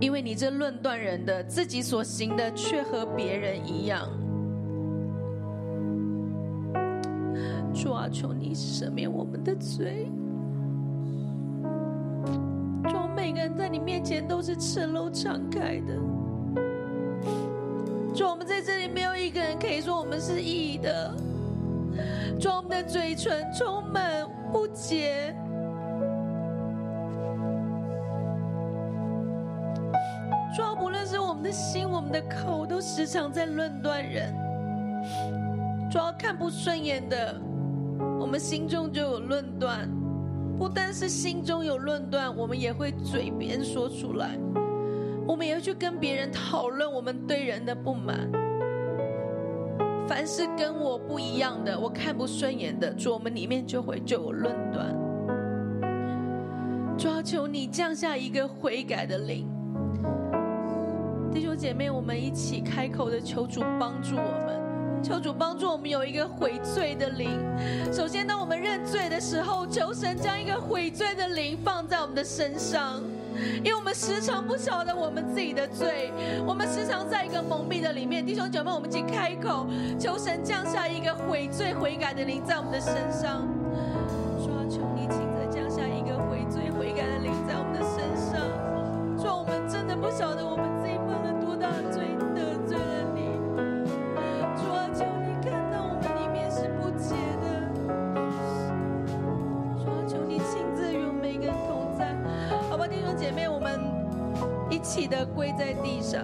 D: 因为你这论断人的，自己所行的却和别人一样。主啊，求你赦免我们的罪。主啊，每个人在你面前都是赤露敞开的。主啊，我们在这里没有一个人可以说我们是义的。主啊，我们的嘴唇充满误解。主啊，不论是我们的心、我们的口，都时常在论断人。主啊，看不顺眼的，我们心中就有论断。不单是心中有论断，我们也会嘴边说出来，我们也会去跟别人讨论我们对人的不满。凡是跟我不一样的，我看不顺眼的，主，我们里面就会就有论断。主啊，求你降下一个悔改的灵。弟兄姐妹，我们一起开口的求主帮助我们，求主帮助我们有一个悔罪的灵。首先，当我们认罪的时候，求神将一个悔罪的灵放在我们的身上。因为我们时常不晓得我们自己的罪，我们时常在一个蒙蔽的里面。弟兄姐妹，我们请开口，求神降下一个悔罪悔改的灵在我们的身上。主啊，求你，请再降下一个悔罪悔改的灵在我们的身上。主啊，我们真的不晓得我们自己犯了多大的罪，得罪了你。主啊，求你看到我们里面是不洁的。主啊，求你亲自与我们每个人同在。好吧，弟兄姐妹，我们一起的跪在地上。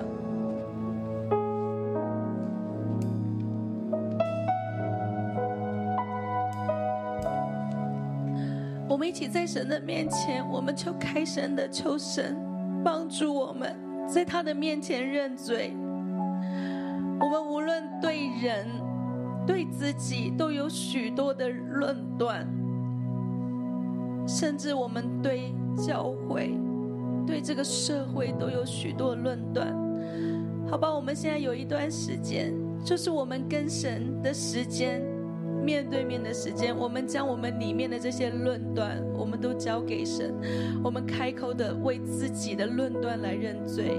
D: 我们一起在神的面前，我们就开神的求神帮助我们，在他的面前认罪。我们无论对人、对自己，都有许多的论断。甚至我们对教会、对这个社会都有许多论断。好吧，我们现在有一段时间，就是我们跟神的时间，面对面的时间，我们将我们里面的这些论断，我们都交给神，我们开口的为自己的论断来认罪。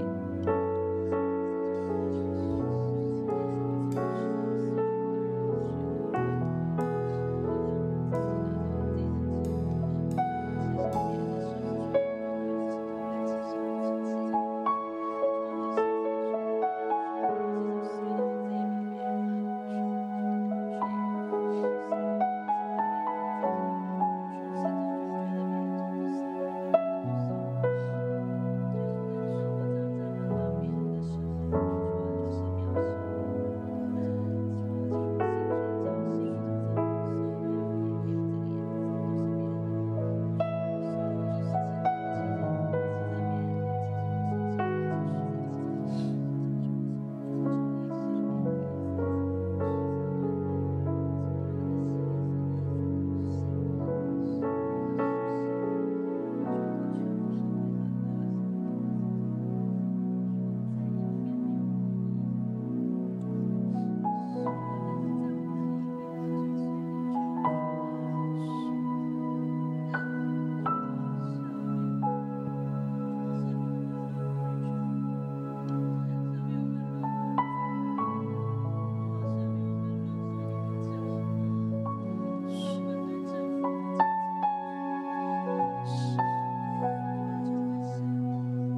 D: 啊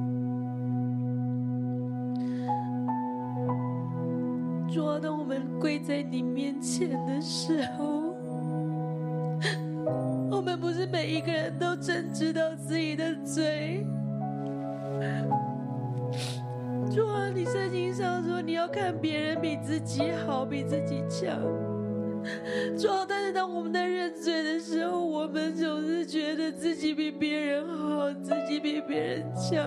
D: 当我们跪在你面前的时候，我们不是每一个人都真知道自己的罪。主啊，你圣经上说你要看别人比自己好，比自己强。主啊，但是当我们在认罪的时候，我们总是觉得自己比别人好，自己比别人强。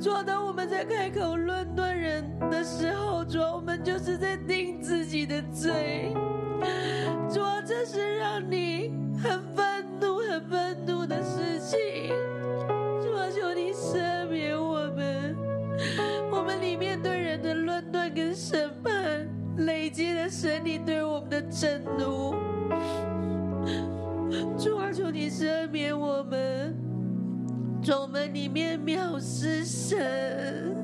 D: 主啊，当我们在开口论断人的时候，主啊，我们就是在定自己的罪。主啊，这是让你很愤怒、很愤怒的事情。主啊，求你赦免我们，我们里面对人的论断跟审判，累积了神你对我们的震怒。主啊，求你赦免我们。从我们里面藐视神，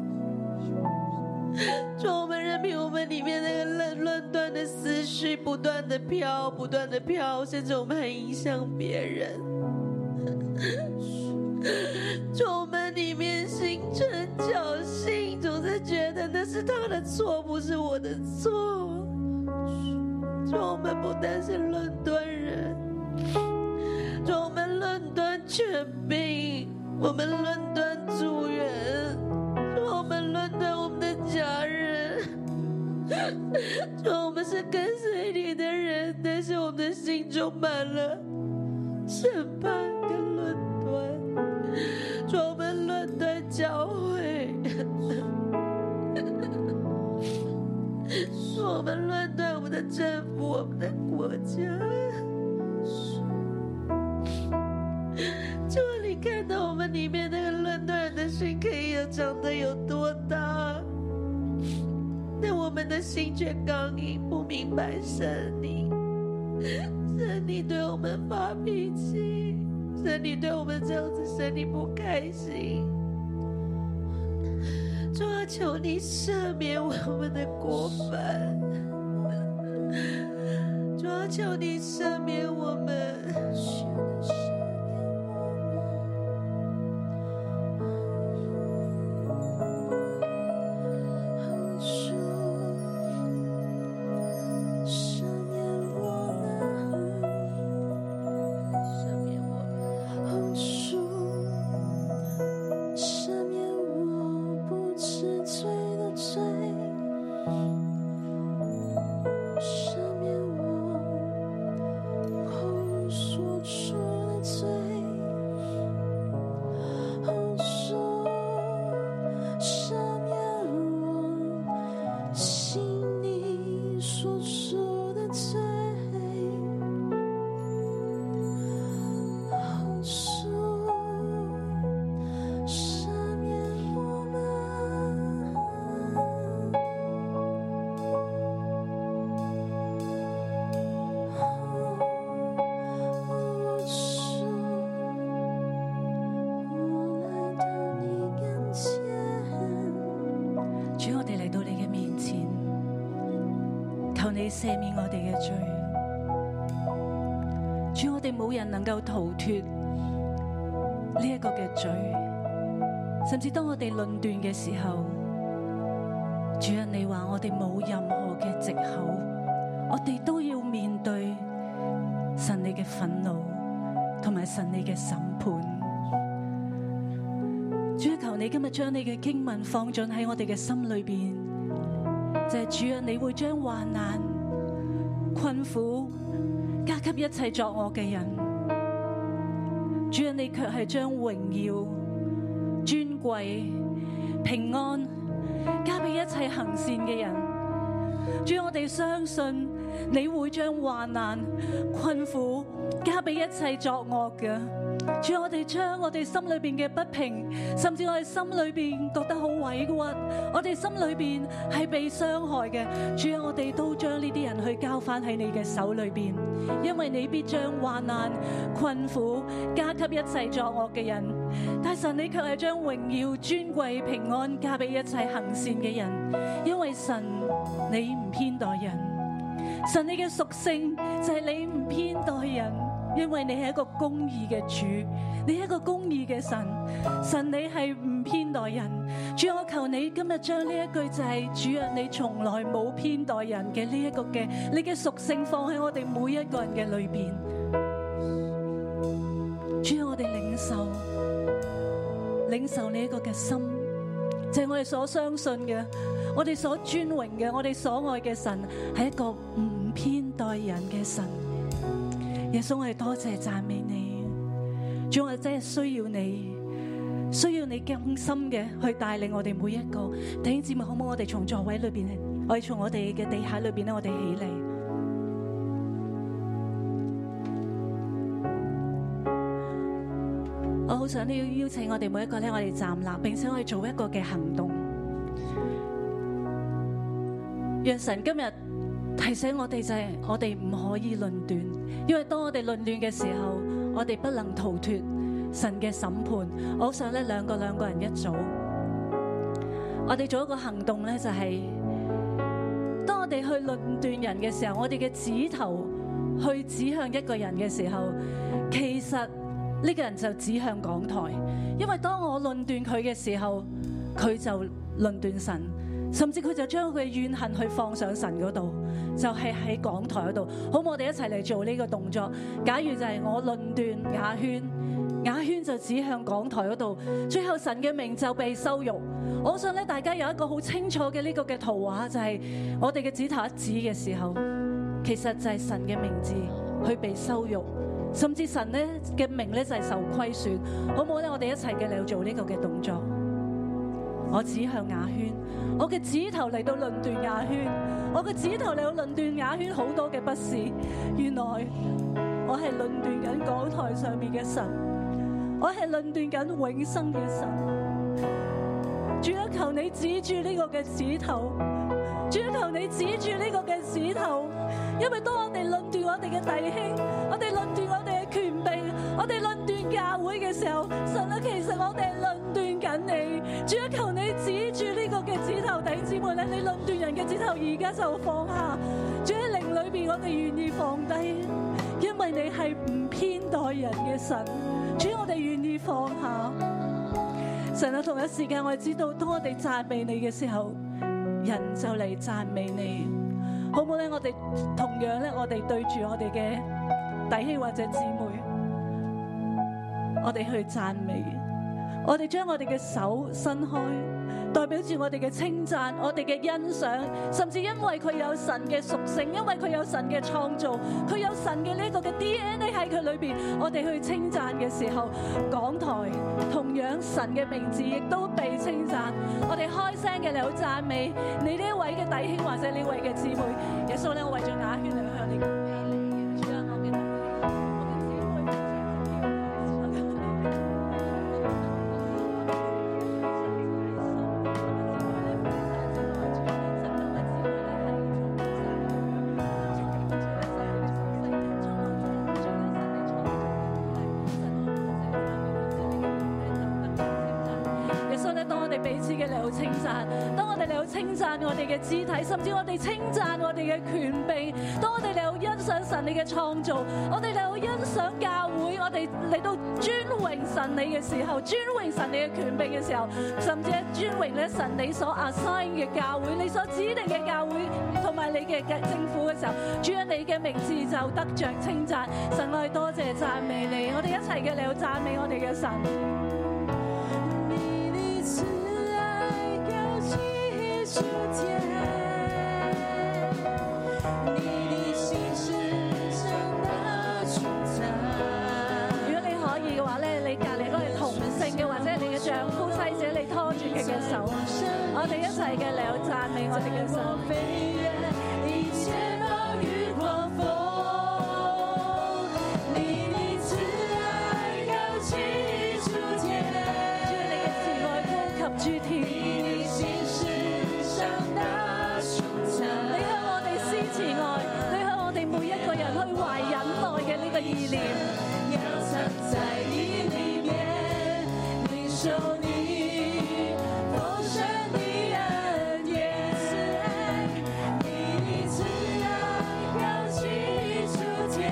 D: 从我们任凭我们里面那个乱乱断的思绪不断的飘，不断的飘，甚至我们还影响别人。从我们里面心存侥幸，总是觉得那是他的错，不是我的错。从我们不但是论断人。主，我们论断权柄，我们论断主人，主，我们论断我们的家人。主，我们是跟随你的人，但是我们的心中满了审判跟论断。主，我们论断教会。主，我们论断我们的政府，我们的国家。就你看到我们里面那个乱断人的心可以有长得有多大，但我们的心却刚硬，不明白神你，神你对我们发脾气，神你对我们这样子，神你不开心。主啊，求你赦免我们的过犯，主啊，求你赦免我们。
E: 赦免我们，
D: 赦免我们，
E: 横竖，赦免我不知罪的罪，赦免我口所出的罪，横竖，赦免我心里所出的罪。横竖，赦免我们。我主，我来到你跟前，
F: 主，我哋嚟到你嘅面前，求你赦免我哋嘅罪。主，我哋冇人能夠逃脱呢一個嘅罪，甚至當我哋論斷嘅時候，主人你話我哋冇任何嘅藉口，我哋都要面對神你嘅憤怒同埋神你嘅審判。主求你今日將你嘅經文放進喺我哋嘅心裏邊，就係主啊，你會將患難、困苦加給一切作惡嘅人。主啊，你卻係將榮耀、尊貴、平安加俾一切行善嘅人。主啊，我哋相信你會將患難、困苦加俾一切作惡嘅。主，我哋將我哋心裏邊嘅不平，甚至我哋心裏邊覺得好委屈，我哋心裏邊係被傷害嘅。主啊，我哋都將呢啲人去交翻喺你嘅手裏邊，因為你必將患難、困苦加給一切作惡嘅人。但神你卻係將榮耀、尊貴、平安加俾一切行善嘅人，因為神你唔偏待人，神你嘅屬性就係你唔偏待人。
D: 因為你係一個公義嘅主，你係一個公義嘅神，神你係唔偏待人。主，我求你今日將呢一句就係、主啊，你從來冇偏待人嘅呢一個嘅你嘅屬性放喺我哋每一個人嘅裏邊。主啊，我哋領受領受呢一個嘅心，就係、我哋所相信嘅，我哋所尊榮嘅，我哋所愛嘅神係一個唔偏待人嘅神。耶穌，我哋多謝讚美你，主，我哋真係需要你，需要你更深嘅去帶領我哋每一個弟兄姊妹，好唔好？我哋從座位裏邊，我哋從我哋嘅地下裏邊咧，我哋起嚟。我好想咧邀請我哋每一個咧，我哋站立，並且我哋做一個嘅行動，讓神今日提醒我哋就係我哋唔可以論斷，因為當我哋論斷嘅時候，我哋不能逃脱神嘅審判。我好想咧兩個兩個人一組，我哋做一個行動咧就係、當我哋去論斷人嘅時候，我哋嘅指頭去指向一個人嘅時候，其實呢個人就指向港台，因為當我論斷佢嘅時候，佢就論斷神，甚至佢就將佢嘅怨恨去放上神嗰度，就係、喺港台嗰度。好，我哋一齊嚟做呢個動作。假如就係我論斷雅圈，雅圈就指向港台嗰度，最後神嘅名就被羞辱。我想咧，大家有一個好清楚嘅呢個嘅圖畫，就係、我哋嘅指頭一指嘅時候。其實就係神嘅名字去被羞辱，甚至神咧嘅名咧就係受虧損，好唔好咧？我哋一齊嘅嚟做呢個嘅動作。我指向雅圈，我嘅指頭嚟到論斷雅圈，我嘅指頭嚟到論斷雅圈好多嘅不是。原來我係論斷緊港台上面嘅神，我係論斷緊永生嘅神。主啊，求你指住呢個嘅指頭，主啊，求你指住呢個嘅指頭。因為當我哋論斷我哋嘅弟兄，我哋論斷我哋嘅權柄，我哋論斷教會嘅時候，神啊，其實我哋係論斷緊你。主啊，求你指住呢個嘅指頭，弟兄姊妹咧，你論斷人嘅指頭，而家就放下。主喺靈裏邊，我哋願意放低，因為你係唔偏待人嘅神。主，我哋願意放下。神啊，同一時間我哋知道，當我哋讚美你嘅時候，人就嚟讚美你。好唔好咧？我哋同樣咧，我哋對住我哋嘅弟兄或者姊妹，我哋去讚美，我哋將我哋嘅手伸開，代表住我哋嘅稱讚、我哋嘅欣賞，甚至因為佢有神嘅屬性，因為佢有神嘅創造，佢有神嘅呢個嘅 DNA 喺佢裏邊，我哋去稱讚嘅時候，港台同樣神嘅名字亦都被稱讚，我哋開聲嘅你好讚美你呢一位嘅弟兄或者呢位嘅姊妹，耶穌咧，我為咗雅圈嚟向你講。主啊我嘅弟兄我嘅姊妹我嘅姊妹耶穌咧，當我哋彼此嘅嚟到稱讚，當我哋嚟到稱讚我哋嘅肢體，甚至我哋稱讚我哋嘅權柄，當我哋嚟到欣賞神你嘅創造，我哋嚟到欣賞教會，我哋嚟到尊榮神你嘅時候，尊榮神你嘅權柄嘅時候，甚至係尊榮咧神你所 assign 嘅教會，你所指定嘅教會同埋你嘅嘅政府嘅時候，主啊，你嘅名字就得着稱讚，神我哋多謝讚美你，我哋一齊嘅嚟到讚美我哋嘅神。
G: 你的慈爱高起诸天，你的心事向大穹苍。
F: 如果你可以嘅話咧，你隔離嗰個係同性嘅，或者係你嘅丈夫、妻子，你拖住佢嘅手，我哋一齊嘅嚟去讚美我哋嘅神。
G: 飞越一切暴雨狂风，你的慈爱高起诸天，
F: 主你嘅慈愛高及諸天，
G: 你的心事上大穹
F: 你
G: 苍。
F: 向我哋施慈愛，你向我哋每一個人去懷忍耐嘅呢個意念。
G: 要藏在你里面，领受你丰盛的恩典。你的慈爱高举诸天，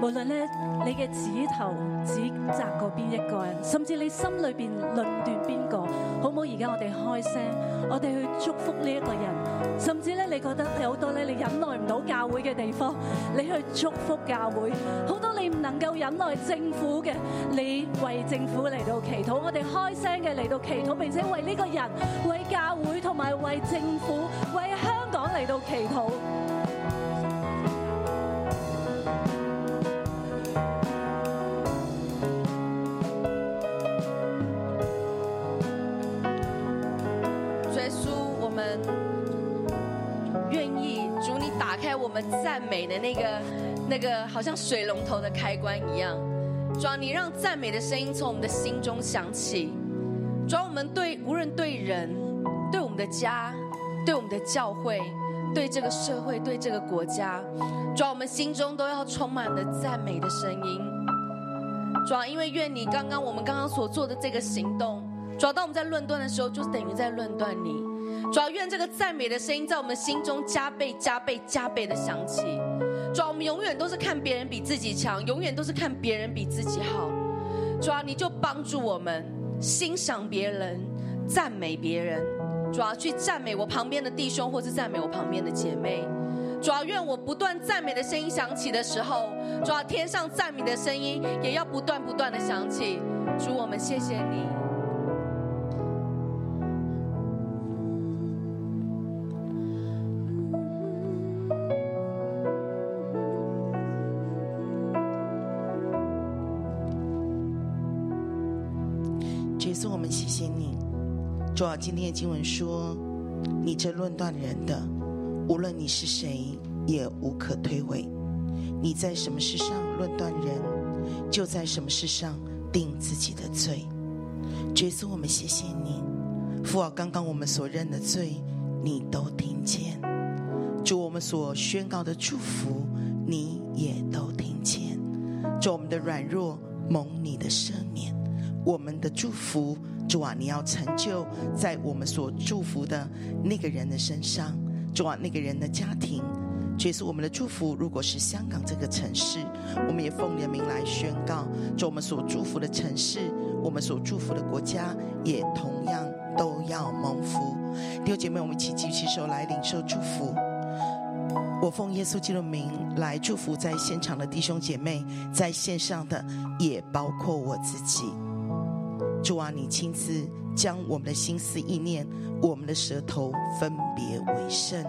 H: 論咧你嘅指頭指責過邊一個人，甚至你心裏邊論斷邊個，好唔好？而家我哋開聲，我哋去祝福呢一個人，甚至咧你覺得有好多咧你忍耐唔到教會嘅地方，你去祝福教會，好多你唔能夠忍耐政府嘅，你為政府嚟到祈禱，我哋開聲嘅嚟到祈禱，並且為呢個人、為教會同埋為政府、為香港嚟到祈禱。
F: 主耶稣，我们愿意，主你打开我们赞美的那个那个，好像水龙头的开关一样。主啊，你让赞美的声音从我们的心中响起。主啊，我们对无论对人、对我们的家、对我们的教会、对这个社会、对这个国家，主啊，我们心中都要充满了赞美的声音。主啊，因为愿你刚刚我们刚刚所做的这个行动，主啊，当我们在论断的时候，就等于在论断你。主啊，愿这个赞美的声音在我们心中加倍、加倍、加倍的响起。主啊，我们永远都是看别人比自己强，永远都是看别人比自己好。主啊，你就帮助我们欣赏别人、赞美别人。主啊，去赞美我旁边的弟兄，或是赞美我旁边的姐妹。主啊，愿我不断赞美的声音响起的时候，主啊，天上赞美的声音也要不断不断的响起。主，我们谢谢你。
D: 主耶稣，我们谢谢你。主啊，今天的经文说，你这论断人的，无论你是谁，也无可推诿。你在什么事上论断人，就在什么事上定自己的罪。主耶稣，我们谢谢你，父啊，刚刚我们所认的罪，你都听见；主，我们所宣告的祝福，你也都听见。主，我们的软弱蒙你的赦免，我们的祝福，主啊，你要成就在我们所祝福的那个人的身上，主啊，那个人的家庭。主耶稣，我们的祝福如果是香港这个城市，我们也奉你的名来宣告，主我们所祝福的城市，我们所祝福的国家，也同样都要蒙福。弟兄姐妹，我们一起举起手来领受祝福。我奉耶稣基督的名来祝福在现场的弟兄姐妹，在线上的也包括我自己。主啊，你亲自将我们的心思意念、我们的舌头分别为圣。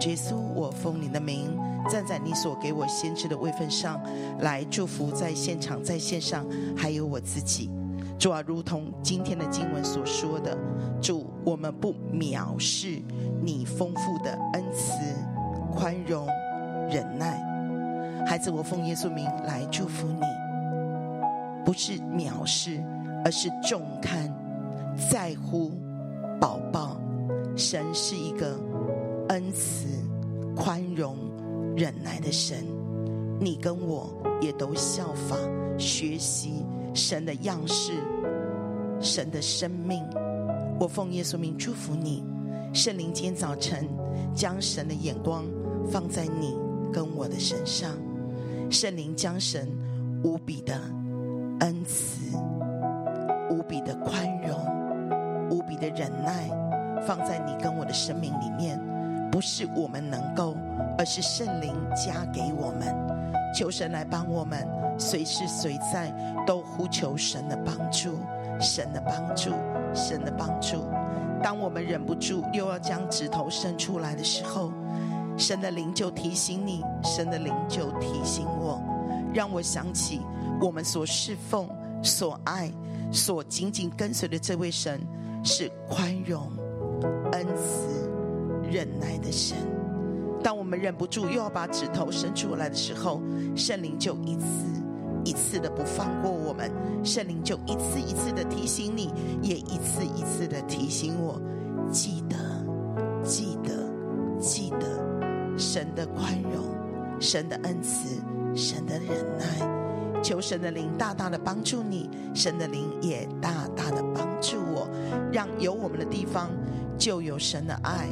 D: 主耶稣，我奉你的名，站在你所给我先知的位份上，来祝福在现场、在线上，还有我自己。主啊，如同今天的经文所说的，主，我们不藐视你丰富的恩慈、宽容、忍耐。孩子，我奉耶稣名来祝福你，不是藐视，而是重看、在乎、宝宝。神是一个恩慈、宽容、忍耐的神。你跟我也都效法、学习神的样式、神的生命。我奉耶稣名祝福你，圣灵今天早晨将神的眼光放在你跟我的身上，圣灵将神无比的恩慈、无比的宽容、无比的忍耐放在你跟我的生命里面，不是我们能够，而是圣灵加给我们。求神来帮我们，随时随在都呼求神的帮助，神的帮助，神的帮助。当我们忍不住又要将指头伸出来的时候，神的灵就提醒你，神的灵就提醒我，让我想起我们所侍奉、所爱、所紧紧跟随的这位神是宽容、恩慈、忍耐的神。当我们忍不住又要把指头伸出来的时候，圣灵就一次一次的不放过我们，圣灵就一次一次的提醒你，也一次一次的提醒我，记得，记得，记得神的宽容，神的恩慈，神的忍耐。求神的灵大大的帮助你，神的灵也大大的帮助我，让有我们的地方就有神的爱，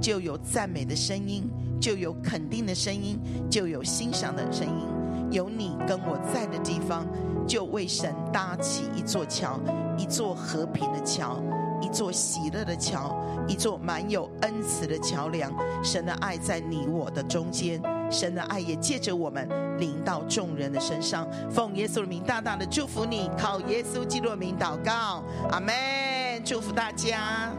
D: 就有赞美的声音，就有肯定的声音，就有欣赏的声音，有你跟我在的地方，就为神搭起一座桥，一座和平的桥，一座喜乐的桥，一座满有恩慈的桥梁。神的爱在你我的中间，神的爱也借着我们临到众人的身上。奉耶稣的名，大大的祝福你，靠耶稣基督的名祷告，阿门！祝福大家。